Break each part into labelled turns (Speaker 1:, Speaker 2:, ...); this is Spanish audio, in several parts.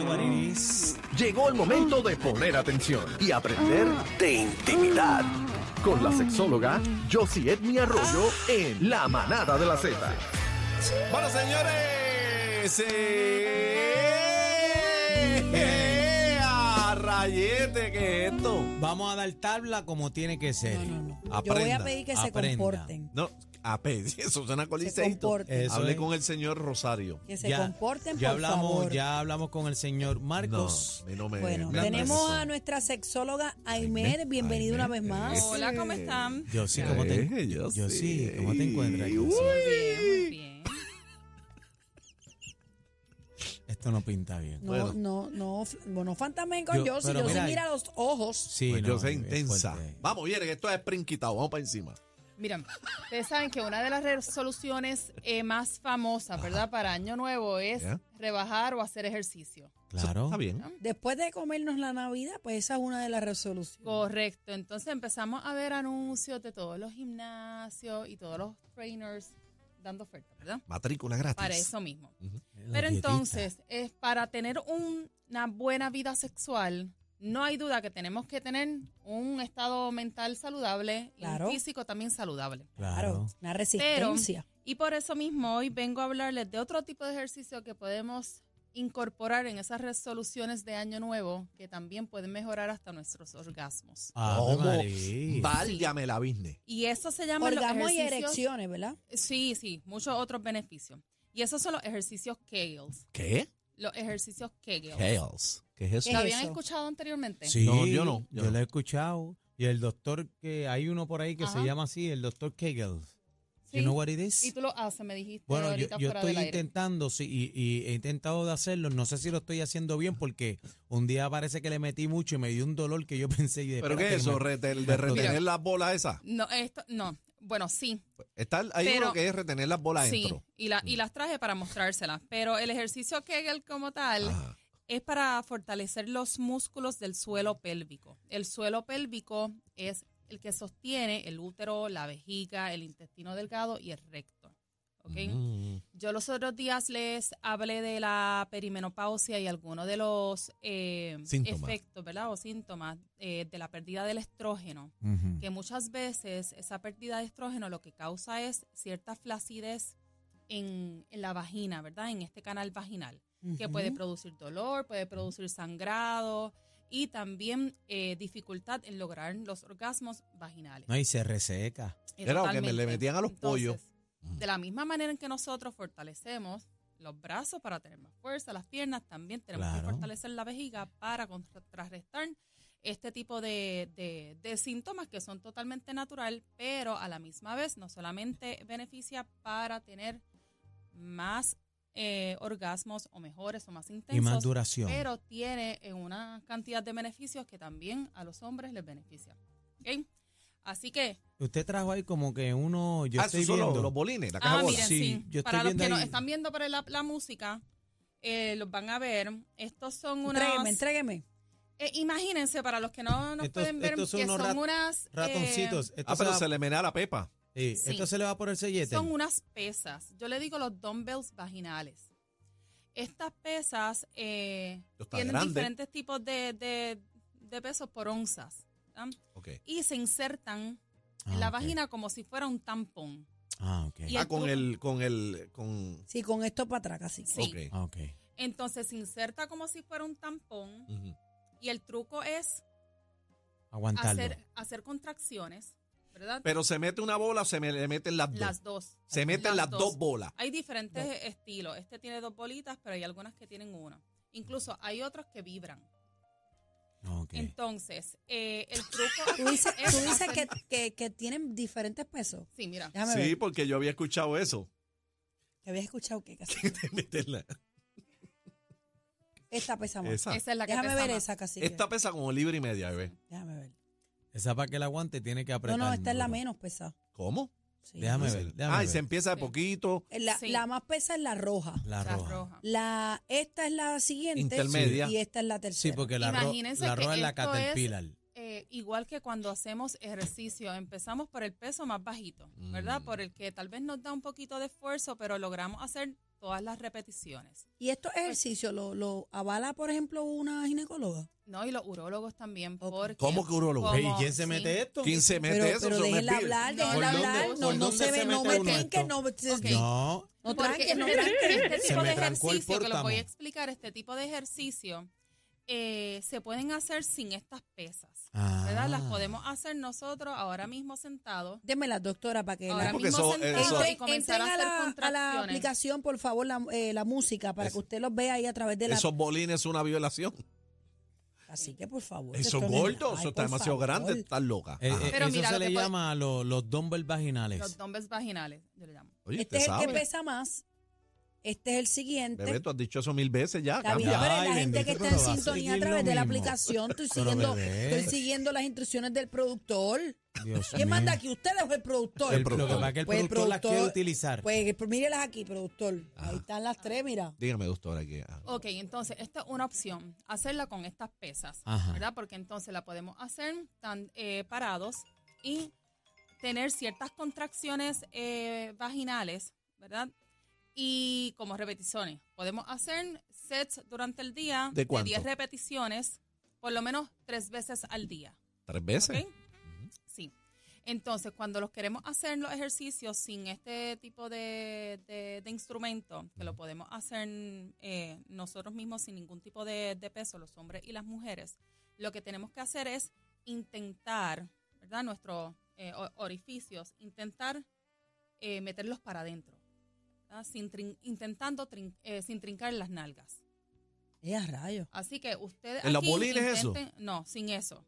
Speaker 1: Mm.
Speaker 2: Llegó el momento de poner atención y aprender de intimidad. Con la sexóloga Josie Edmi Arroyo en La Manada de la Z.
Speaker 3: Bueno, señores. eh, a rayete, ¿qué es esto?
Speaker 1: Vamos a dar tabla como tiene que ser.
Speaker 4: No, no, no. Yo voy
Speaker 3: Aprenda,
Speaker 4: a pedir que se
Speaker 1: aprenda.
Speaker 4: comporten.
Speaker 3: No, a pedir, Susana Coliseito.
Speaker 4: comporten.
Speaker 1: Eso
Speaker 3: Hablé
Speaker 1: es.
Speaker 3: con el señor Rosario.
Speaker 4: Que se
Speaker 1: Ya-
Speaker 4: comporten,
Speaker 1: ya
Speaker 4: por
Speaker 1: hablamos,
Speaker 4: favor.
Speaker 1: Ya hablamos con el señor
Speaker 3: No,
Speaker 1: Marcos.
Speaker 3: a mí no me-
Speaker 4: Bueno,
Speaker 3: me
Speaker 4: tenemos
Speaker 3: hace
Speaker 4: a
Speaker 3: eso.
Speaker 4: nuestra sexóloga Aimer. Bienvenida una vez más.
Speaker 5: Hola, ¿cómo están?
Speaker 1: Yo sí, ¿cómo te,
Speaker 3: Eh, yo
Speaker 1: yo sí,
Speaker 3: sí.
Speaker 1: ¿cómo te encuentras? Yo sí.
Speaker 5: Bien, muy bien.
Speaker 1: Esto no pinta bien.
Speaker 4: No,
Speaker 3: Bueno.
Speaker 4: no, no, f- bueno, fantasmen con
Speaker 1: Yo-
Speaker 4: yo, si
Speaker 1: pero
Speaker 4: yo
Speaker 1: mira,
Speaker 4: se mira a los ojos.
Speaker 1: Sí,
Speaker 3: Pues
Speaker 1: no,
Speaker 3: yo sé
Speaker 1: es
Speaker 3: intensa.
Speaker 1: fuerte.
Speaker 3: Vamos, viene, que esto es prinquitado. Vamos para encima.
Speaker 5: Miren, ustedes saben que una de las resoluciones eh, más famosas, ¿verdad? Para Año Nuevo es
Speaker 3: Ya.
Speaker 5: rebajar o hacer ejercicio.
Speaker 3: Eso
Speaker 1: Claro.
Speaker 3: Está bien.
Speaker 4: Después de comernos la Navidad, pues esa es una de las resoluciones.
Speaker 5: Correcto. Entonces empezamos a ver anuncios de todos los gimnasios y todos los trainers dando ofertas, ¿verdad?
Speaker 3: Matrícula gratis.
Speaker 5: Para eso mismo.
Speaker 1: La dietita.
Speaker 5: Pero entonces, es para tener un- una buena vida sexual, no hay duda que tenemos que tener un estado mental saludable y
Speaker 4: Claro.
Speaker 5: un físico también saludable.
Speaker 1: Claro.
Speaker 4: Claro, una resistencia.
Speaker 5: Y por eso mismo hoy vengo a hablarles de otro tipo de ejercicio que podemos incorporar en esas resoluciones de año nuevo que también pueden mejorar hasta nuestros orgasmos.
Speaker 1: Ave María.
Speaker 3: Válgame la business.
Speaker 5: Y eso se llama los
Speaker 4: Orgasmo y
Speaker 5: ejercicios-
Speaker 4: erecciones, ¿verdad?
Speaker 5: Sí, sí, muchos otros beneficios. Y esos son los ejercicios Kegels.
Speaker 3: ¿Qué?
Speaker 5: Los ejercicios Kegels.
Speaker 3: Chaos. ¿Qué es eso?
Speaker 4: ¿Qué?
Speaker 5: ¿Lo habían
Speaker 4: eso?
Speaker 5: escuchado anteriormente?
Speaker 1: Sí,
Speaker 3: No, yo no, yo
Speaker 1: Yo,
Speaker 3: no.
Speaker 1: lo he escuchado. Y el doctor, que hay uno por ahí que se
Speaker 5: Ajá.
Speaker 1: llama así, el doctor Kegel.
Speaker 5: Sí.
Speaker 1: You know what it is?
Speaker 5: Y tú lo haces, me dijiste
Speaker 1: Bueno, yo,
Speaker 5: ahorita
Speaker 1: yo
Speaker 5: fuera del
Speaker 1: estoy
Speaker 5: aire.
Speaker 1: intentando, sí, y, y he intentado de hacerlo. No sé si lo estoy haciendo bien porque un día parece que le metí mucho y me dio un dolor que yo pensé. Y de,
Speaker 3: ¿Pero
Speaker 1: espérate,
Speaker 3: qué es eso?
Speaker 1: que me-
Speaker 3: Rete- ¿De, retener
Speaker 5: Mira.
Speaker 3: las bolas esas?
Speaker 5: No, esto, no. Bueno, sí,
Speaker 3: Está, hay
Speaker 5: Pero-
Speaker 3: uno que es retener las bolas
Speaker 5: sí.
Speaker 3: adentro.
Speaker 5: Y, la, y las traje para mostrárselas. Pero el ejercicio Kegel como tal
Speaker 3: Ajá.
Speaker 5: es para fortalecer los músculos del suelo pélvico. El suelo pélvico es el que sostiene el útero, la vejiga, el intestino delgado y el recto. ¿ok?
Speaker 3: Mm.
Speaker 5: Yo los otros días les hablé de la perimenopausia y algunos de los eh,
Speaker 3: Síntomas.
Speaker 5: efectos, ¿verdad? O síntomas eh, de la pérdida del estrógeno,
Speaker 1: Ujú.
Speaker 5: que muchas veces esa pérdida de estrógeno lo que causa es cierta flacidez en, en la vagina, ¿verdad? En este canal vaginal, que puede
Speaker 4: Ujú.
Speaker 5: producir dolor, puede producir sangrado y también eh, dificultad en lograr los orgasmos vaginales.
Speaker 1: No, y se reseca.
Speaker 5: Eh,
Speaker 3: Era lo que me-
Speaker 5: totalmente.
Speaker 3: le metían a los pollos. Mm.
Speaker 5: De la misma manera en que nosotros fortalecemos los brazos para tener más fuerza, las piernas, también tenemos que
Speaker 1: Claro.
Speaker 5: fortalecer la vejiga para contrarrestar este tipo de, de- de síntomas que son totalmente natural, pero a la misma vez no solamente beneficia para tener más eh, orgasmos o mejores o más intensos,
Speaker 1: Y más duración.
Speaker 5: pero tiene eh, una cantidad de beneficios que también a los hombres les beneficia. ¿ok? Así que
Speaker 1: Usted trajo ahí como que uno, yo
Speaker 3: ah,
Speaker 1: estoy
Speaker 3: esos son los,
Speaker 1: viendo.
Speaker 3: los bolines, la caja
Speaker 5: Ah,
Speaker 3: bola.
Speaker 5: miren,
Speaker 1: Sí,
Speaker 5: sí.
Speaker 1: yo estoy
Speaker 5: para los
Speaker 1: viendo
Speaker 5: que nos
Speaker 1: ahí.
Speaker 5: están viendo por la, la música, eh, los van a ver. Estos son unas...
Speaker 4: Entrégueme, entrégueme.
Speaker 5: eh, imagínense, para los que no nos
Speaker 1: Estos-
Speaker 5: pueden ver,
Speaker 1: estos son
Speaker 5: que
Speaker 1: unos
Speaker 5: son
Speaker 1: rat-
Speaker 5: unas... eh,
Speaker 1: Ratoncitos. esto,
Speaker 3: Ah,
Speaker 1: se
Speaker 3: pero
Speaker 1: va,
Speaker 3: se le menea la pepa.
Speaker 1: sí,
Speaker 5: Sí.
Speaker 1: esto se le va por el sellete.
Speaker 5: son unas pesas. Yo le digo los dumbbells vaginales. Estas pesas eh,
Speaker 3: Yo está
Speaker 5: tienen
Speaker 3: grande.
Speaker 5: diferentes tipos de, de- de pesos por onzas. ¿verdad?
Speaker 3: Ok.
Speaker 5: Y se insertan
Speaker 1: Ah,
Speaker 5: en la
Speaker 1: ok.
Speaker 5: vagina como si fuera un tampón.
Speaker 1: Ah, ok.
Speaker 5: Y
Speaker 3: Ah,
Speaker 5: el
Speaker 3: con
Speaker 5: truco-
Speaker 3: el, con el, con...
Speaker 4: Sí, con esto para atrás, casi.
Speaker 5: Sí.
Speaker 3: Ok.
Speaker 1: Ah, ok.
Speaker 5: Entonces se inserta como si fuera un tampón.
Speaker 3: Ujú.
Speaker 5: Y el truco es
Speaker 1: Aguantarlo.
Speaker 5: hacer, hacer contracciones, ¿verdad?
Speaker 3: Pero se mete una bola o se me, le meten las dos.
Speaker 5: las dos.
Speaker 3: se meten las, dos. bolas.
Speaker 5: Hay diferentes estilos. Este tiene dos bolitas, pero hay algunas que tienen una. Incluso hay otros que vibran.
Speaker 1: Ok.
Speaker 5: Entonces, eh, el truco
Speaker 4: Tú dices,
Speaker 5: es
Speaker 4: tú dices
Speaker 5: hacer-
Speaker 4: que, que- que tienen diferentes pesos.
Speaker 5: Sí, mira.
Speaker 4: Déjame
Speaker 3: Sí,
Speaker 4: ver.
Speaker 3: porque yo había escuchado eso.
Speaker 4: Que habías escuchado que casi.
Speaker 3: Te meten la-
Speaker 4: Esta pesa más.
Speaker 3: esa.
Speaker 5: Esa es la que
Speaker 4: Déjame
Speaker 5: pesa
Speaker 4: ver
Speaker 5: más.
Speaker 4: esa, casi.
Speaker 3: Esta pesa como libra y media, bebé.
Speaker 4: Déjame ver.
Speaker 1: Esa para que la aguante tiene que
Speaker 4: No,
Speaker 1: apretar.
Speaker 4: no, esta es la
Speaker 1: duro.
Speaker 4: menos pesada.
Speaker 3: ¿Cómo?
Speaker 4: Sí.
Speaker 1: Déjame ver.
Speaker 3: Ay,
Speaker 1: déjame ver.
Speaker 3: se empieza de
Speaker 5: Sí.
Speaker 3: poquito.
Speaker 4: La,
Speaker 5: Sí.
Speaker 4: la más pesa es la roja.
Speaker 1: La
Speaker 5: La
Speaker 1: roja.
Speaker 5: roja.
Speaker 4: La, esta es la siguiente.
Speaker 3: Intermedia.
Speaker 4: Y esta es la
Speaker 1: Sí,
Speaker 4: tercera.
Speaker 1: porque la, ro-
Speaker 5: Imagínense
Speaker 1: la
Speaker 5: que
Speaker 1: roja es la
Speaker 5: esto es-
Speaker 1: caterpillar.
Speaker 5: Eh, eh, igual que cuando hacemos ejercicio, empezamos por el peso más bajito,
Speaker 3: Mm.
Speaker 5: ¿verdad? Por el que tal vez nos da un poquito de esfuerzo, pero logramos hacer todas las repeticiones.
Speaker 4: ¿Y estos ejercicios lo, lo avala, por ejemplo, una ginecóloga?
Speaker 5: No, y los urólogos también.
Speaker 4: Ok.
Speaker 5: Porque,
Speaker 3: ¿Cómo que
Speaker 5: Oh.
Speaker 3: urólogo?
Speaker 1: Ey, ¿Quién
Speaker 5: sí.
Speaker 1: se mete esto?
Speaker 3: ¿Quién se mete
Speaker 4: Pero,
Speaker 3: eso?
Speaker 4: pero
Speaker 3: Eso me
Speaker 4: déjenla
Speaker 3: pide.
Speaker 4: hablar,
Speaker 5: No,
Speaker 4: déjenla
Speaker 5: ¿por dónde-
Speaker 4: hablar.
Speaker 5: por
Speaker 4: no, no
Speaker 5: dónde
Speaker 4: se
Speaker 5: se
Speaker 4: ve, no
Speaker 1: mete
Speaker 4: me
Speaker 1: uno
Speaker 4: trinquen,
Speaker 1: esto?
Speaker 4: no,
Speaker 5: Ok.
Speaker 1: No.
Speaker 4: no
Speaker 5: Porque
Speaker 4: tranquen, no
Speaker 5: este
Speaker 4: tranquen.
Speaker 1: Se
Speaker 5: tipo
Speaker 1: me
Speaker 5: de
Speaker 1: trancó el
Speaker 5: ejercicio que lo voy
Speaker 1: pórtamo.
Speaker 5: a explicar, este tipo de ejercicio eh, se pueden hacer sin estas pesas,
Speaker 1: Ah.
Speaker 5: ¿verdad? Las podemos hacer nosotros ahora mismo sentados.
Speaker 4: Démela, doctora, para que...
Speaker 5: Ahora
Speaker 4: la-
Speaker 3: porque
Speaker 5: mismo
Speaker 3: eso-
Speaker 5: sentados
Speaker 3: eso-
Speaker 5: y
Speaker 4: Entren,
Speaker 5: comenzar
Speaker 4: entren
Speaker 5: a
Speaker 4: a,
Speaker 5: hacer
Speaker 4: la, a la
Speaker 5: contracciones.
Speaker 4: aplicación, por favor, la, eh, la música, para que
Speaker 3: Eso-
Speaker 4: usted los vea ahí a través de la...
Speaker 3: Esos bolines es una violación.
Speaker 4: Así que, por favor.
Speaker 3: Eso es
Speaker 4: esto no
Speaker 3: gordo,
Speaker 4: ay,
Speaker 3: eso está
Speaker 4: por
Speaker 3: demasiado
Speaker 4: favor.
Speaker 3: grande, estás loca.
Speaker 1: Eh,
Speaker 3: Ajá.
Speaker 1: eh,
Speaker 5: Pero
Speaker 1: eso
Speaker 5: mira,
Speaker 1: se
Speaker 5: lo
Speaker 1: le
Speaker 5: que puede-
Speaker 1: llama lo- los dumbbell vaginales.
Speaker 5: Los dumbbells vaginales, yo le llamo.
Speaker 3: Oye,
Speaker 4: Este
Speaker 3: usted
Speaker 4: es el que
Speaker 3: sabe.
Speaker 4: pesa más. Este es el siguiente.
Speaker 3: Bebé, tú has dicho eso mil veces ya.
Speaker 4: Está bien,
Speaker 3: cambia.
Speaker 4: pero
Speaker 1: Ay,
Speaker 4: la gente
Speaker 1: bendito,
Speaker 4: que está
Speaker 1: pero
Speaker 4: en
Speaker 1: va a
Speaker 4: sintonía a
Speaker 1: seguir lo
Speaker 4: través de la
Speaker 1: mismo.
Speaker 4: aplicación, estoy
Speaker 1: Pero,
Speaker 4: siguiendo,
Speaker 1: bebé.
Speaker 4: estoy siguiendo las instrucciones del productor.
Speaker 1: Dios
Speaker 4: ¿Quién
Speaker 1: mío.
Speaker 4: manda aquí? ¿Usted o el productor?
Speaker 1: El, lo que pasa es que el
Speaker 4: Pues el
Speaker 1: productor las quiere
Speaker 4: productor-
Speaker 1: utilizar.
Speaker 4: Pues pues, mírelas aquí, productor.
Speaker 1: Ah.
Speaker 4: Ahí están las tres, mira.
Speaker 3: Dígame, doctora, que ah,
Speaker 5: Ok, entonces esta es una opción, hacerla con estas pesas,
Speaker 1: Ajá.
Speaker 5: ¿verdad? Porque entonces la podemos hacer tan, eh, parados y tener ciertas contracciones eh, vaginales, ¿verdad? Y como repeticiones, podemos hacer sets durante el día
Speaker 3: ¿De cuánto?
Speaker 5: 10 repeticiones, por lo menos tres veces al día.
Speaker 3: tres veces.
Speaker 5: ¿ok? Sí. Entonces, cuando los queremos hacer los ejercicios sin este tipo de, de- de instrumento, que lo podemos hacer eh, nosotros mismos sin ningún tipo de, de peso, los hombres y las mujeres, lo que tenemos que hacer es intentar, ¿verdad? Nuestros eh, o- orificios, intentar eh, meterlos para adentro, ¿verdad? sin trin- intentando trin- eh, sin trincar las nalgas.
Speaker 4: Eh, a rayos.
Speaker 5: Así que ustedes...
Speaker 3: ¿En los
Speaker 5: aquí
Speaker 3: bolines eso?
Speaker 5: intenten- No, sin eso,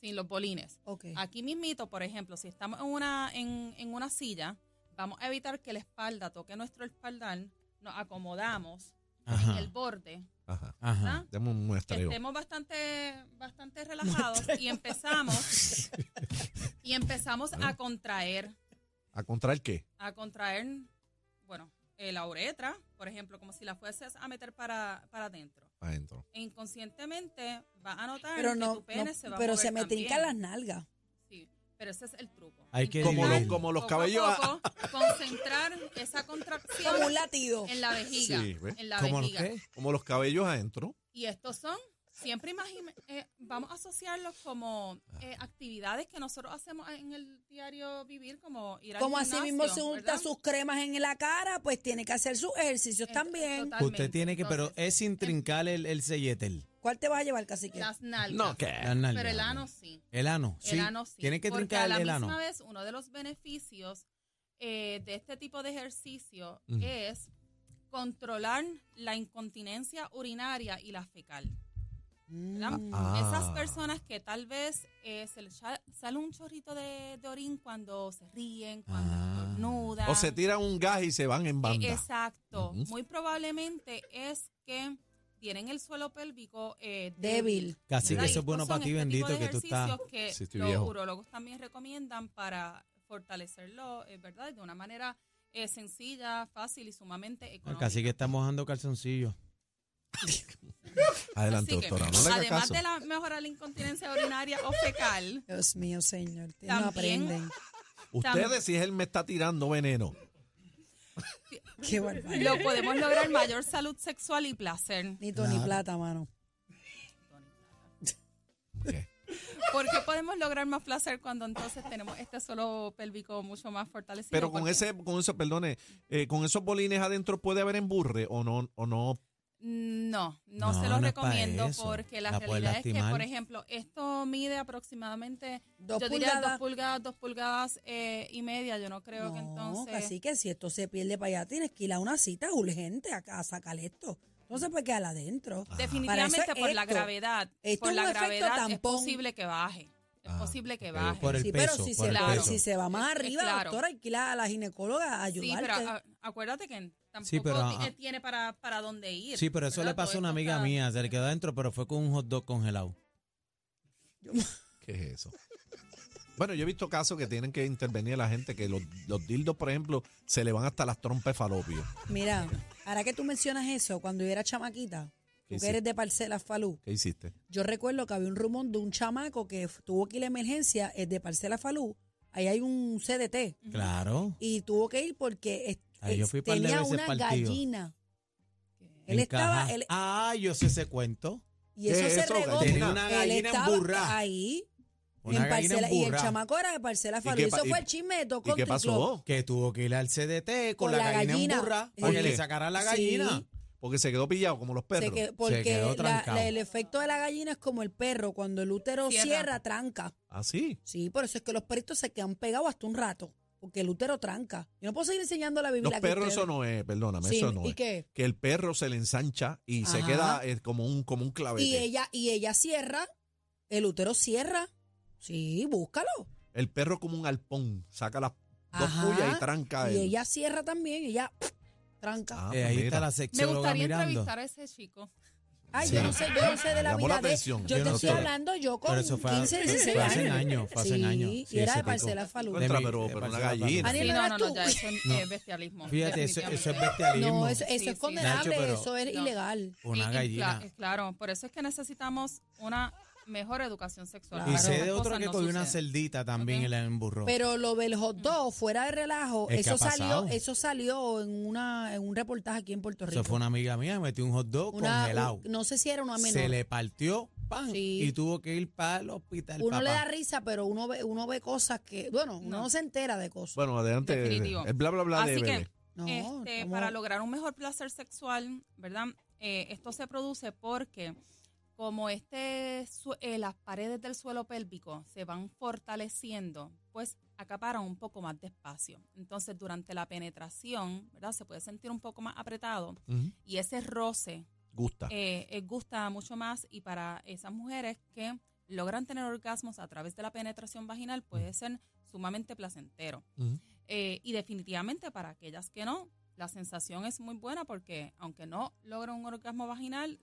Speaker 5: sin los bolines.
Speaker 4: Ok.
Speaker 5: Aquí mismito, por ejemplo, si estamos en una, en, en una silla, vamos a evitar que la espalda toque nuestro espaldar, nos acomodamos en
Speaker 1: Ajá,
Speaker 5: el borde,
Speaker 3: Ajá.
Speaker 1: ajá.
Speaker 5: ¿verdad?
Speaker 3: Demos un
Speaker 5: Que
Speaker 3: muestreo.
Speaker 5: estemos bastante, bastante relajados y empezamos y empezamos a contraer,
Speaker 3: ¿A contraer qué?
Speaker 5: a contraer, bueno, eh, la uretra, por ejemplo, como si la fueses a meter para, para adentro.
Speaker 3: Adentro.
Speaker 5: E inconscientemente va a notar
Speaker 4: Pero
Speaker 5: que
Speaker 4: no,
Speaker 5: tu pene
Speaker 4: no-
Speaker 5: se va a
Speaker 4: pero
Speaker 5: mover
Speaker 4: se me
Speaker 5: también.
Speaker 4: trincan las nalgas.
Speaker 5: Sí, pero ese es el truco.
Speaker 1: Hay que
Speaker 3: Como los,
Speaker 1: dividir.
Speaker 3: como los
Speaker 5: poco a
Speaker 3: cabellos. ah,
Speaker 5: poco, concentrar esa
Speaker 4: Como un
Speaker 5: contracción
Speaker 4: latido.
Speaker 5: en la vejiga.
Speaker 3: Sí, ¿ves?
Speaker 5: en la
Speaker 1: ¿Cómo los
Speaker 5: vejiga.
Speaker 1: qué?
Speaker 3: como los cabellos adentro.
Speaker 5: Y estos son, siempre imagine, eh, vamos a asociarlos como eh,
Speaker 1: Ah.
Speaker 5: actividades que nosotros hacemos en el diario vivir, como ir al
Speaker 4: Como
Speaker 5: gimnasio,
Speaker 4: así mismo se unta
Speaker 5: ¿verdad?
Speaker 4: sus cremas en la cara, pues tiene que hacer sus ejercicios
Speaker 5: Ent-
Speaker 4: también.
Speaker 5: totalmente.
Speaker 1: Usted tiene que, pero
Speaker 5: Entonces,
Speaker 1: es sin trincar el, el selletel.
Speaker 4: ¿Cuál te vas a llevar, cacique?
Speaker 5: Las nalgas.
Speaker 3: No, ¿qué?
Speaker 1: eh, las nalgas.
Speaker 5: Pero el ano sí.
Speaker 1: El ano, sí.
Speaker 5: El ano sí.
Speaker 1: Tienen que
Speaker 5: Porque
Speaker 1: trincar
Speaker 5: a la
Speaker 1: el, el
Speaker 5: misma
Speaker 1: ano.
Speaker 5: vez, uno de los beneficios eh, de este tipo de ejercicio
Speaker 3: Ujú.
Speaker 5: es controlar la incontinencia urinaria y la fecal. ¿verdad?
Speaker 4: Mm.
Speaker 3: Ah.
Speaker 5: Esas personas que tal vez eh, se les sal- sale un chorrito de, de orín cuando se ríen, cuando
Speaker 1: Ah.
Speaker 5: estornudan.
Speaker 3: O se tiran un gas y se van en banda.
Speaker 5: Eh, exacto.
Speaker 3: Ujú.
Speaker 5: Muy probablemente es que tienen el suelo pélvico eh,
Speaker 4: Débil.
Speaker 1: Casi que
Speaker 5: ¿verdad? Y
Speaker 1: eso es bueno
Speaker 5: estos
Speaker 1: para
Speaker 5: son
Speaker 1: ti,
Speaker 5: este tipo
Speaker 1: bendito,
Speaker 5: de
Speaker 1: que tú estás.
Speaker 5: ejercicios que
Speaker 3: Sí, estoy
Speaker 5: los
Speaker 3: viejo.
Speaker 5: urologos también recomiendan para fortalecerlo, eh, ¿verdad? De una manera eh, sencilla, fácil y sumamente económica.
Speaker 1: Casi que estás mojando calzoncillos.
Speaker 3: Adelante,
Speaker 5: Así que,
Speaker 3: doctora. No le haga
Speaker 5: además
Speaker 3: caso.
Speaker 5: de la mejora la incontinencia urinaria o fecal,
Speaker 4: Dios mío, señor. ustedes No
Speaker 5: También-
Speaker 4: aprenden.
Speaker 3: Ustedes, si él me está tirando veneno.
Speaker 4: Qué barbaridad.
Speaker 5: lo podemos lograr mayor salud sexual y placer.
Speaker 4: Ni Tony Plata, mano.
Speaker 3: ¿Qué?
Speaker 5: ¿Por qué podemos lograr más placer cuando entonces tenemos este suelo pélvico mucho más fortalecido?
Speaker 3: Pero con
Speaker 5: Porque
Speaker 3: ese, con eso, perdone, eh, con esos bolines adentro puede haber emburre o no, o no.
Speaker 5: No,
Speaker 1: No,
Speaker 5: no,
Speaker 1: no
Speaker 5: se lo
Speaker 1: es pa'
Speaker 5: recomiendo
Speaker 1: eso.
Speaker 5: porque la,
Speaker 1: La puedes
Speaker 5: realidad es que,
Speaker 1: lastimar.
Speaker 5: por ejemplo, esto mide aproximadamente,
Speaker 4: Dos
Speaker 5: yo diría
Speaker 4: pulgadas.
Speaker 5: dos pulgadas, dos pulgadas eh, y media. Yo no creo
Speaker 4: no,
Speaker 5: que entonces...
Speaker 4: así que si esto se pierde para allá, tienes que ir a una cita urgente a, a sacar esto. Entonces, pues quédala adentro.
Speaker 1: Ah,
Speaker 5: Definitivamente
Speaker 4: Para eso es
Speaker 5: por la
Speaker 4: esto.
Speaker 5: gravedad,
Speaker 4: Esto
Speaker 5: por
Speaker 4: es
Speaker 5: la
Speaker 4: un efecto
Speaker 5: gravedad es
Speaker 4: tampón.
Speaker 5: posible que baje. Es
Speaker 3: Ah,
Speaker 5: posible que
Speaker 3: ok,
Speaker 5: baje.
Speaker 1: Por el
Speaker 4: sí,
Speaker 1: peso.
Speaker 4: pero si
Speaker 1: por
Speaker 4: se,
Speaker 1: el
Speaker 5: la-
Speaker 4: va,
Speaker 1: peso.
Speaker 4: si se va más
Speaker 5: Es- es
Speaker 4: arriba,
Speaker 5: claro.
Speaker 4: doctora, hay que ir a la ginecóloga a
Speaker 5: Sí,
Speaker 4: ayudarte.
Speaker 5: pero ah, a- acuérdate que tampoco
Speaker 1: Sí, pero,
Speaker 5: ti-
Speaker 1: ah,
Speaker 5: eh, tiene para, para dónde ir.
Speaker 1: Sí, pero eso
Speaker 5: ¿verdad?
Speaker 1: le pasó
Speaker 5: Todo
Speaker 1: a una
Speaker 5: esto
Speaker 1: amiga
Speaker 5: está-
Speaker 1: mía. Se le quedó adentro, pero fue con un hot dog congelado.
Speaker 3: ¿Qué es eso? Bueno, yo he visto casos que tienen que intervenir la gente, que los, los dildos, por ejemplo, se le van hasta las trompas de falopio.
Speaker 5: ah,
Speaker 4: Mira, ahora que tú mencionas eso, cuando yo era chamaquita,
Speaker 3: ¿Qué
Speaker 4: Tú que eres
Speaker 3: hiciste?
Speaker 4: de Parcelas Falú.
Speaker 3: ¿Qué hiciste?
Speaker 4: Yo recuerdo que había un rumor de un chamaco que f- tuvo que ir a emergencia es de Parcelas Falú. Ahí hay un CDT.
Speaker 1: Claro.
Speaker 4: Y tuvo que ir porque es-
Speaker 1: Ahí yo
Speaker 4: es-
Speaker 1: fui par de
Speaker 4: tenía
Speaker 1: veces
Speaker 4: una
Speaker 1: pa'l tío.
Speaker 4: gallina.
Speaker 1: En
Speaker 4: Él estaba.
Speaker 1: caja.
Speaker 4: él-
Speaker 1: Ah, yo sé ese cuento.
Speaker 4: y eso
Speaker 3: ¿Qué
Speaker 4: se
Speaker 3: eso,
Speaker 4: regó.
Speaker 3: gallina?
Speaker 4: porque
Speaker 1: Tenía una
Speaker 4: él
Speaker 1: gallina
Speaker 4: estaba
Speaker 1: emburrá.
Speaker 4: Ahí.
Speaker 1: Una
Speaker 4: en
Speaker 1: gallina
Speaker 4: Parcela- y el
Speaker 1: emburrada.
Speaker 4: chamaco era de
Speaker 3: ¿Y
Speaker 4: Parcelas Falú.
Speaker 3: qué
Speaker 4: Y
Speaker 3: pa-
Speaker 4: eso
Speaker 3: y-
Speaker 4: fue el chisme de Tocó
Speaker 3: ¿Y qué pasó?
Speaker 1: Que tuvo que ir al CDT con, la, gallina, emburrada
Speaker 4: Sí.
Speaker 1: para que
Speaker 3: ¿Por qué?
Speaker 1: le sacara la
Speaker 4: Sí.
Speaker 1: gallina.
Speaker 3: Porque se quedó pillado como los
Speaker 4: Se
Speaker 3: perros.
Speaker 4: quedó- porque
Speaker 1: quedó
Speaker 4: la-
Speaker 1: trancado.
Speaker 4: la- el efecto de la gallina es como el perro, cuando el útero
Speaker 5: Cierra.
Speaker 4: cierra, tranca.
Speaker 3: ¿Ah, sí?
Speaker 4: Sí, por eso es que los perritos se quedan pegados hasta un rato, porque el útero tranca. Yo no puedo seguir enseñando la Biblia.
Speaker 3: Los perros, eso no es, perdóname, eso no
Speaker 4: ¿Y
Speaker 3: es.
Speaker 4: qué?
Speaker 3: Que el perro se le ensancha y se
Speaker 4: Ajá.
Speaker 3: queda eh, como un, como un clavete.
Speaker 4: Y ella, y ella cierra, el útero cierra. Sí, búscalo.
Speaker 3: El perro como un alpón, saca las dos
Speaker 4: Ajá.
Speaker 3: puyas y tranca
Speaker 4: Y
Speaker 3: el-
Speaker 4: ella cierra también, ella tranca.
Speaker 3: Ah,
Speaker 1: Eh, ahí
Speaker 3: mira.
Speaker 1: está la
Speaker 5: Me
Speaker 1: sexóloga
Speaker 5: gustaría
Speaker 1: mirando.
Speaker 5: entrevistar a ese chico.
Speaker 4: Ay,
Speaker 3: Sí.
Speaker 4: yo no sé, yo no sé de la
Speaker 3: Llamó la
Speaker 4: vida de
Speaker 3: atención.
Speaker 4: Yo
Speaker 1: Yo
Speaker 4: te
Speaker 1: no
Speaker 4: estoy
Speaker 1: sé.
Speaker 4: hablando yo con
Speaker 1: Pero eso fue-
Speaker 4: 15,
Speaker 1: fue
Speaker 4: 16 años.
Speaker 1: hace años, fue hace
Speaker 4: Sí,
Speaker 1: años.
Speaker 4: Y
Speaker 1: Sí,
Speaker 4: era
Speaker 1: ese
Speaker 4: de
Speaker 1: tipo.
Speaker 4: Parcelas Falú.
Speaker 1: mi- eh,
Speaker 3: Contra,
Speaker 1: pues
Speaker 3: pero-
Speaker 1: de
Speaker 3: pero una
Speaker 1: Barcelona
Speaker 3: gallina.
Speaker 1: Paloma.
Speaker 4: Daniel,
Speaker 5: Sí,
Speaker 4: no
Speaker 5: no,
Speaker 4: eras tú.
Speaker 5: no, no, ya eso es
Speaker 1: No.
Speaker 5: eh, bestialismo.
Speaker 1: Fíjate, eso,
Speaker 5: definitivamente.
Speaker 1: eso es bestialismo.
Speaker 4: No, eso, eso
Speaker 5: Sí,
Speaker 4: es
Speaker 5: sí.
Speaker 4: condenable,
Speaker 1: Nacho, pero-
Speaker 4: eso es
Speaker 5: No.
Speaker 4: ilegal.
Speaker 5: Y-
Speaker 1: Una
Speaker 5: y
Speaker 1: gallina.
Speaker 5: cla- eh, claro, por eso es que necesitamos una mejor educación sexual.
Speaker 4: Claro.
Speaker 1: Y
Speaker 5: para
Speaker 1: sé
Speaker 5: estas
Speaker 1: de otro
Speaker 5: cosas
Speaker 1: que
Speaker 5: no
Speaker 1: cogió una
Speaker 5: sucedan.
Speaker 1: celdita también
Speaker 5: Ok.
Speaker 1: y la emburró.
Speaker 4: Pero lo del hot dog, fuera de relajo,
Speaker 1: Es que ha
Speaker 4: eso
Speaker 1: pasado.
Speaker 4: salió, eso salió en una en un reportaje aquí en Puerto Rico.
Speaker 1: Eso fue una amiga mía, metió un hot dog
Speaker 4: Una-
Speaker 1: congelado.
Speaker 4: un- no sé si era una menor.
Speaker 1: se le partió, pan,
Speaker 4: Sí.
Speaker 1: y tuvo que ir para el hospital.
Speaker 4: uno le
Speaker 1: papá.
Speaker 4: da risa, pero uno ve, uno ve cosas que, bueno, uno
Speaker 5: No.
Speaker 4: no se entera de cosas.
Speaker 3: Bueno, adelante.
Speaker 5: Definitivo.
Speaker 3: El bla, bla, bla de
Speaker 5: Así que-
Speaker 3: bebé.
Speaker 4: No,
Speaker 5: Este,
Speaker 4: estamos-
Speaker 5: para lograr un mejor placer sexual, ¿verdad? Eh, esto se produce porque como este su- eh, las paredes del suelo pélvico se van fortaleciendo, pues acaparan un poco más de espacio. Entonces, durante la penetración, ¿verdad? Se puede sentir un poco más apretado
Speaker 3: Ujú.
Speaker 5: y ese roce
Speaker 3: Gusta.
Speaker 5: eh, eh, gusta mucho más y para esas mujeres que logran tener orgasmos a través de la penetración vaginal puede ser sumamente placentero.
Speaker 3: Mm. Ujú.
Speaker 5: Eh, y definitivamente para aquellas que no, la sensación es muy buena porque aunque no logran un orgasmo vaginal,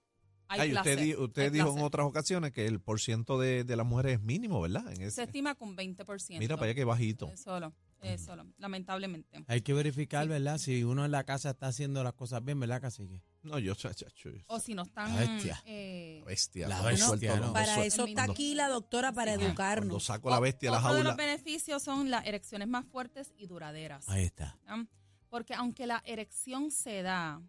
Speaker 5: hay
Speaker 3: Ay,
Speaker 5: placer.
Speaker 3: usted di- usted
Speaker 5: hay
Speaker 3: dijo en
Speaker 5: placer.
Speaker 3: otras ocasiones que el porciento de, de las mujeres es mínimo, ¿verdad? En
Speaker 5: Se
Speaker 3: ese,
Speaker 5: estima con 20%.
Speaker 3: mira para allá que bajito.
Speaker 5: Eh, Solo, eh, solo, lamentablemente.
Speaker 1: Hay que verificar,
Speaker 5: Sí.
Speaker 1: ¿verdad? Si uno en la casa está haciendo las cosas bien, ¿verdad, cacique?
Speaker 3: No, yo, cha- cha- cha-
Speaker 5: O si no están...
Speaker 1: La bestia.
Speaker 5: eh,
Speaker 3: bestia.
Speaker 1: La
Speaker 3: cuando
Speaker 1: bestia,
Speaker 3: suelto-
Speaker 1: ¿no?
Speaker 3: cuando
Speaker 4: para
Speaker 3: suelto-
Speaker 4: eso está
Speaker 5: cuando-
Speaker 4: aquí la doctora para
Speaker 5: Sí.
Speaker 3: Cuando
Speaker 4: educarnos.
Speaker 3: saco la bestia de la
Speaker 5: otro de
Speaker 3: jaula.
Speaker 5: los beneficios son las erecciones más fuertes y duraderas.
Speaker 1: Ahí está.
Speaker 5: ¿ah? Porque aunque la erección se da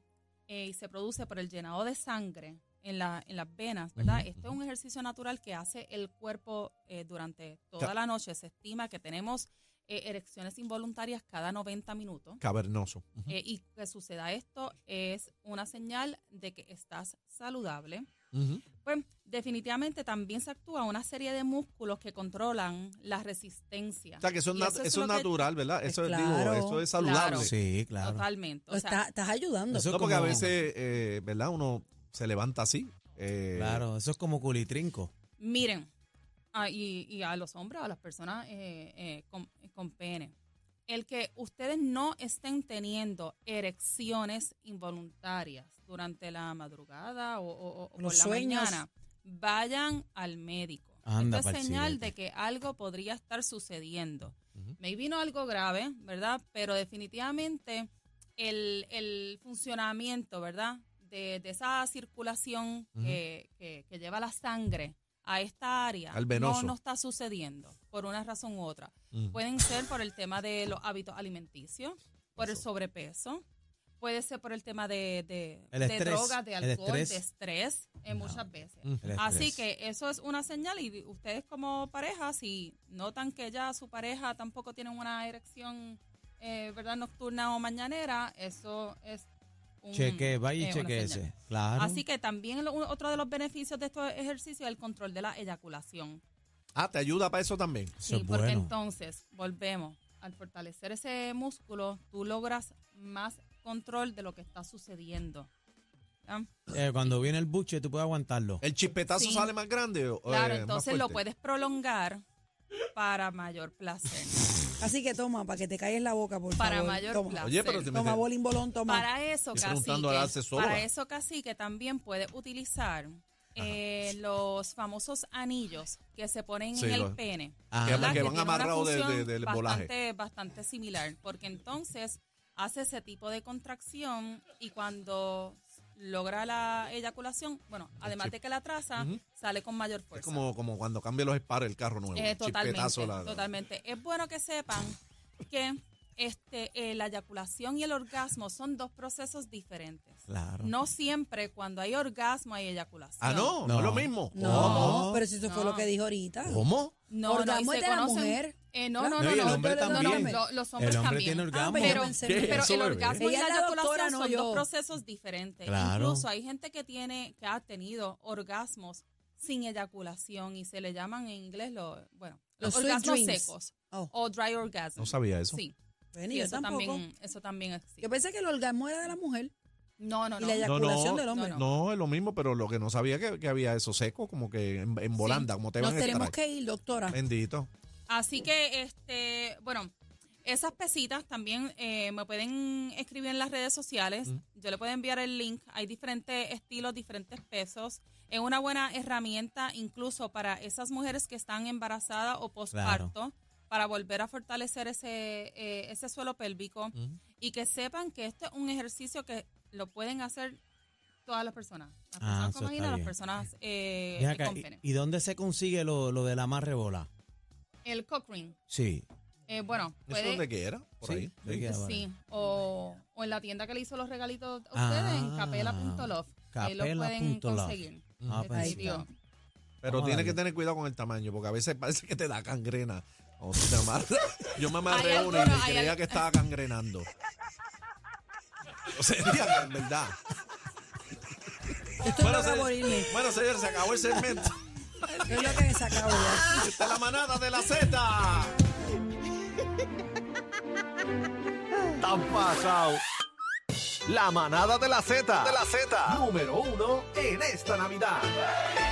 Speaker 5: eh, y se produce por el llenado de sangre en, la, en las venas, ¿verdad?
Speaker 3: Ujú,
Speaker 5: Este es un ejercicio natural que hace el cuerpo eh, durante toda
Speaker 3: Ca-
Speaker 5: la noche. Se estima que tenemos eh, erecciones involuntarias cada 90 minutos.
Speaker 3: Cavernoso. Ujú.
Speaker 5: Eh, y que suceda esto es una señal de que estás saludable.
Speaker 3: Ujú.
Speaker 5: Pues definitivamente también se actúa una serie de músculos que controlan la resistencia.
Speaker 3: O sea, que eso es,
Speaker 5: Y
Speaker 3: nat-
Speaker 5: eso es
Speaker 3: eso es
Speaker 5: lo que-
Speaker 3: natural, ¿verdad? Eso, es- digo,
Speaker 4: claro.
Speaker 3: eso es saludable.
Speaker 5: Claro.
Speaker 1: Sí, claro.
Speaker 5: Totalmente. O
Speaker 4: Lo
Speaker 5: sea,
Speaker 4: está- estás ayudando.
Speaker 1: Eso-
Speaker 3: No, porque a
Speaker 1: como-
Speaker 3: veces, eh, ¿verdad? Uno se levanta así. eh,
Speaker 1: Claro, eso es como culitrinco.
Speaker 5: Miren, a- y, y a los hombres, a las personas eh, eh, con, con pene, el que ustedes no estén teniendo erecciones involuntarias durante la madrugada o, o- o- o por
Speaker 4: Los
Speaker 5: la
Speaker 4: sueños.
Speaker 5: mañana, vayan al médico.
Speaker 1: Anda
Speaker 5: Esto es
Speaker 1: pa'l
Speaker 5: señal
Speaker 1: sirete.
Speaker 5: de que algo podría estar sucediendo.
Speaker 3: Ujú.
Speaker 5: Me vino algo grave, ¿verdad? Pero definitivamente el, el funcionamiento, ¿verdad? De, de esa circulación
Speaker 3: Ujú.
Speaker 5: que, que- que lleva la sangre a esta área
Speaker 3: Al
Speaker 5: no,
Speaker 3: venoso.
Speaker 5: no está sucediendo por una razón u otra.
Speaker 3: Ujú.
Speaker 5: Pueden ser por el tema de los hábitos alimenticios, por el
Speaker 3: Eso.
Speaker 5: sobrepeso, puede ser por el tema de, de,
Speaker 1: El
Speaker 5: de
Speaker 1: estrés,
Speaker 5: drogas, de
Speaker 1: el
Speaker 5: alcohol, de
Speaker 1: estrés.
Speaker 5: estrés, eh,
Speaker 1: No.
Speaker 5: muchas veces.
Speaker 3: Ujú.
Speaker 1: el
Speaker 5: Así
Speaker 1: estrés.
Speaker 5: que eso es una señal y ustedes como pareja, si notan que ya su pareja tampoco tiene una erección eh, verdad nocturna o mañanera, eso es un
Speaker 1: Cheque, vaya y
Speaker 5: eh, una
Speaker 1: cheque
Speaker 5: señal.
Speaker 1: ese. Claro.
Speaker 5: Así que también lo- otro de los beneficios de estos ejercicios es el control de la eyaculación.
Speaker 3: Ah, te ayuda para eso también.
Speaker 1: eso
Speaker 5: sí,
Speaker 1: es
Speaker 5: porque
Speaker 1: bueno.
Speaker 5: entonces, volvemos, al fortalecer ese músculo, tú logras más control de lo que está sucediendo. ¿ya?
Speaker 1: Eh, cuando viene el buche, tú puedes aguantarlo.
Speaker 5: Eh,
Speaker 3: ¿El chispetazo
Speaker 5: Sí.
Speaker 3: sale más grande? o,
Speaker 5: Claro,
Speaker 3: eh, más
Speaker 5: entonces lo
Speaker 3: fuerte?
Speaker 5: puedes prolongar para mayor placer.
Speaker 4: Así que toma, para que te calles la boca, por
Speaker 5: Para
Speaker 4: favor.
Speaker 5: mayor
Speaker 4: toma,
Speaker 5: placer.
Speaker 3: Oye, pero si me-
Speaker 4: toma bolín, bolón, toma.
Speaker 5: Para eso,
Speaker 3: Estoy preguntando a la
Speaker 5: cacique,
Speaker 3: asesora.
Speaker 5: para eso, cacique, también puedes utilizar eh, los famosos anillos que se ponen
Speaker 3: Sí,
Speaker 5: en el
Speaker 3: lo-
Speaker 5: pene.
Speaker 1: Ah,
Speaker 3: que
Speaker 5: ¿verdad?
Speaker 3: van
Speaker 5: tiene una
Speaker 3: amarrados de-
Speaker 5: función
Speaker 3: de- del
Speaker 5: bastante, bastante similar, porque entonces hace ese tipo de contracción y cuando logra la eyaculación, bueno, además
Speaker 3: chip.
Speaker 5: de que la traza,
Speaker 3: Ujú.
Speaker 5: sale con mayor fuerza.
Speaker 3: Es como, como cuando cambia los esparos el carro nuevo.
Speaker 5: Eh,
Speaker 3: el chispetazo,
Speaker 5: totalmente,
Speaker 3: la-
Speaker 5: totalmente. Es bueno que sepan que este, eh, la eyaculación y el orgasmo son dos procesos diferentes.
Speaker 1: Claro.
Speaker 5: No siempre cuando hay orgasmo hay eyaculación.
Speaker 3: Ah, no, no,
Speaker 1: No.
Speaker 3: es lo mismo. Oh,
Speaker 4: No,
Speaker 1: ¿Cómo?
Speaker 4: pero si eso fue
Speaker 5: No.
Speaker 4: lo que dijo ahorita.
Speaker 3: ¿Cómo?
Speaker 5: No,
Speaker 4: Orgasmo
Speaker 5: no, y
Speaker 4: es
Speaker 5: se
Speaker 4: de la
Speaker 5: conocen-
Speaker 4: mujer.
Speaker 5: Eh, no, no,
Speaker 4: No,
Speaker 5: no,
Speaker 4: y el
Speaker 5: no,
Speaker 4: hombre
Speaker 5: no, no,
Speaker 4: también.
Speaker 5: no, lo- los hombres
Speaker 1: El hombre
Speaker 5: también.
Speaker 1: tiene
Speaker 4: Ah,
Speaker 1: orgasmo.
Speaker 4: pero yo
Speaker 5: Pero,
Speaker 4: pensé
Speaker 3: ¿Qué?
Speaker 4: que-
Speaker 5: pero
Speaker 3: Eso
Speaker 5: el
Speaker 3: bebé.
Speaker 5: orgasmo y
Speaker 4: Ella
Speaker 5: la
Speaker 4: es la doctora,
Speaker 5: eyaculación
Speaker 4: no
Speaker 5: son
Speaker 4: yo.
Speaker 5: dos procesos diferentes.
Speaker 1: Claro.
Speaker 5: Incluso hay gente que tiene, que ha tenido orgasmos sin eyaculación y se le llaman en inglés los, bueno,
Speaker 4: Los
Speaker 5: los,
Speaker 4: sweet
Speaker 5: orgasmos
Speaker 4: dreams.
Speaker 5: secos
Speaker 4: Oh,
Speaker 5: o dry orgasm.
Speaker 3: No sabía eso.
Speaker 5: Sí,
Speaker 4: ven,
Speaker 5: sí,
Speaker 4: yo
Speaker 5: eso
Speaker 4: tampoco.
Speaker 5: también, eso también existe.
Speaker 4: Yo pensé que el orgasmo era de la mujer
Speaker 5: No, no,
Speaker 4: y
Speaker 5: no.
Speaker 4: la eyaculación del hombre.
Speaker 5: no.
Speaker 3: No, es lo mismo, pero lo que no sabía que, que había eso seco, como que en, en volanda, como te
Speaker 4: Nos
Speaker 3: van a
Speaker 4: tenemos
Speaker 3: extraer.
Speaker 4: que ir, doctora.
Speaker 3: Bendito.
Speaker 5: Así que, este, bueno, esas pesitas también eh, me pueden escribir en las redes sociales. Yo le puedo enviar el link. Hay diferentes estilos, diferentes pesos. Es una buena herramienta incluso para esas mujeres que están embarazadas o posparto. para volver a fortalecer ese, eh, ese suelo pélvico y que sepan que este es un ejercicio que lo pueden hacer todas las personas. Las
Speaker 1: Ah,
Speaker 5: personas
Speaker 1: eso
Speaker 5: con vagina,
Speaker 1: está
Speaker 5: las
Speaker 1: bien.
Speaker 5: personas eh,
Speaker 1: Ven
Speaker 5: que
Speaker 1: acá,
Speaker 5: con pene.
Speaker 1: ¿y, y dónde se consigue lo, lo de la más rebola?
Speaker 5: El Cochrane.
Speaker 1: Sí.
Speaker 5: Eh, bueno,
Speaker 3: Eso
Speaker 5: puede,
Speaker 3: donde quiera, por
Speaker 1: Sí,
Speaker 3: ahí.
Speaker 1: le queda por ahí.
Speaker 5: Sí, o, o en la tienda que le hizo los regalitos a ustedes,
Speaker 1: Ah,
Speaker 5: en Capela Punto Love. Ahí lo pueden
Speaker 1: Capela.love.
Speaker 5: conseguir.
Speaker 1: Ah,
Speaker 5: Este
Speaker 1: pues
Speaker 4: Ahí
Speaker 1: sí.
Speaker 5: sitio.
Speaker 3: Pero
Speaker 1: Vamos a
Speaker 3: tienes
Speaker 1: darle.
Speaker 3: que tener cuidado con el tamaño, porque a veces parece que te da cangrena. O se te amarra. Yo me
Speaker 5: Hay
Speaker 3: amarré
Speaker 5: algo,
Speaker 3: uno y me
Speaker 5: hay
Speaker 3: creía
Speaker 5: algo.
Speaker 3: que estaba cangrenando. O sea, en verdad.
Speaker 4: Estoy loca
Speaker 3: se-
Speaker 4: por irme.
Speaker 3: bueno, señor, se acabó el segmento.
Speaker 4: Es lo que me sacaba ya.
Speaker 3: Esta es la manada de la Z.
Speaker 2: Tan pasado. La manada de la Z. De la Z. Número uno en esta Navidad.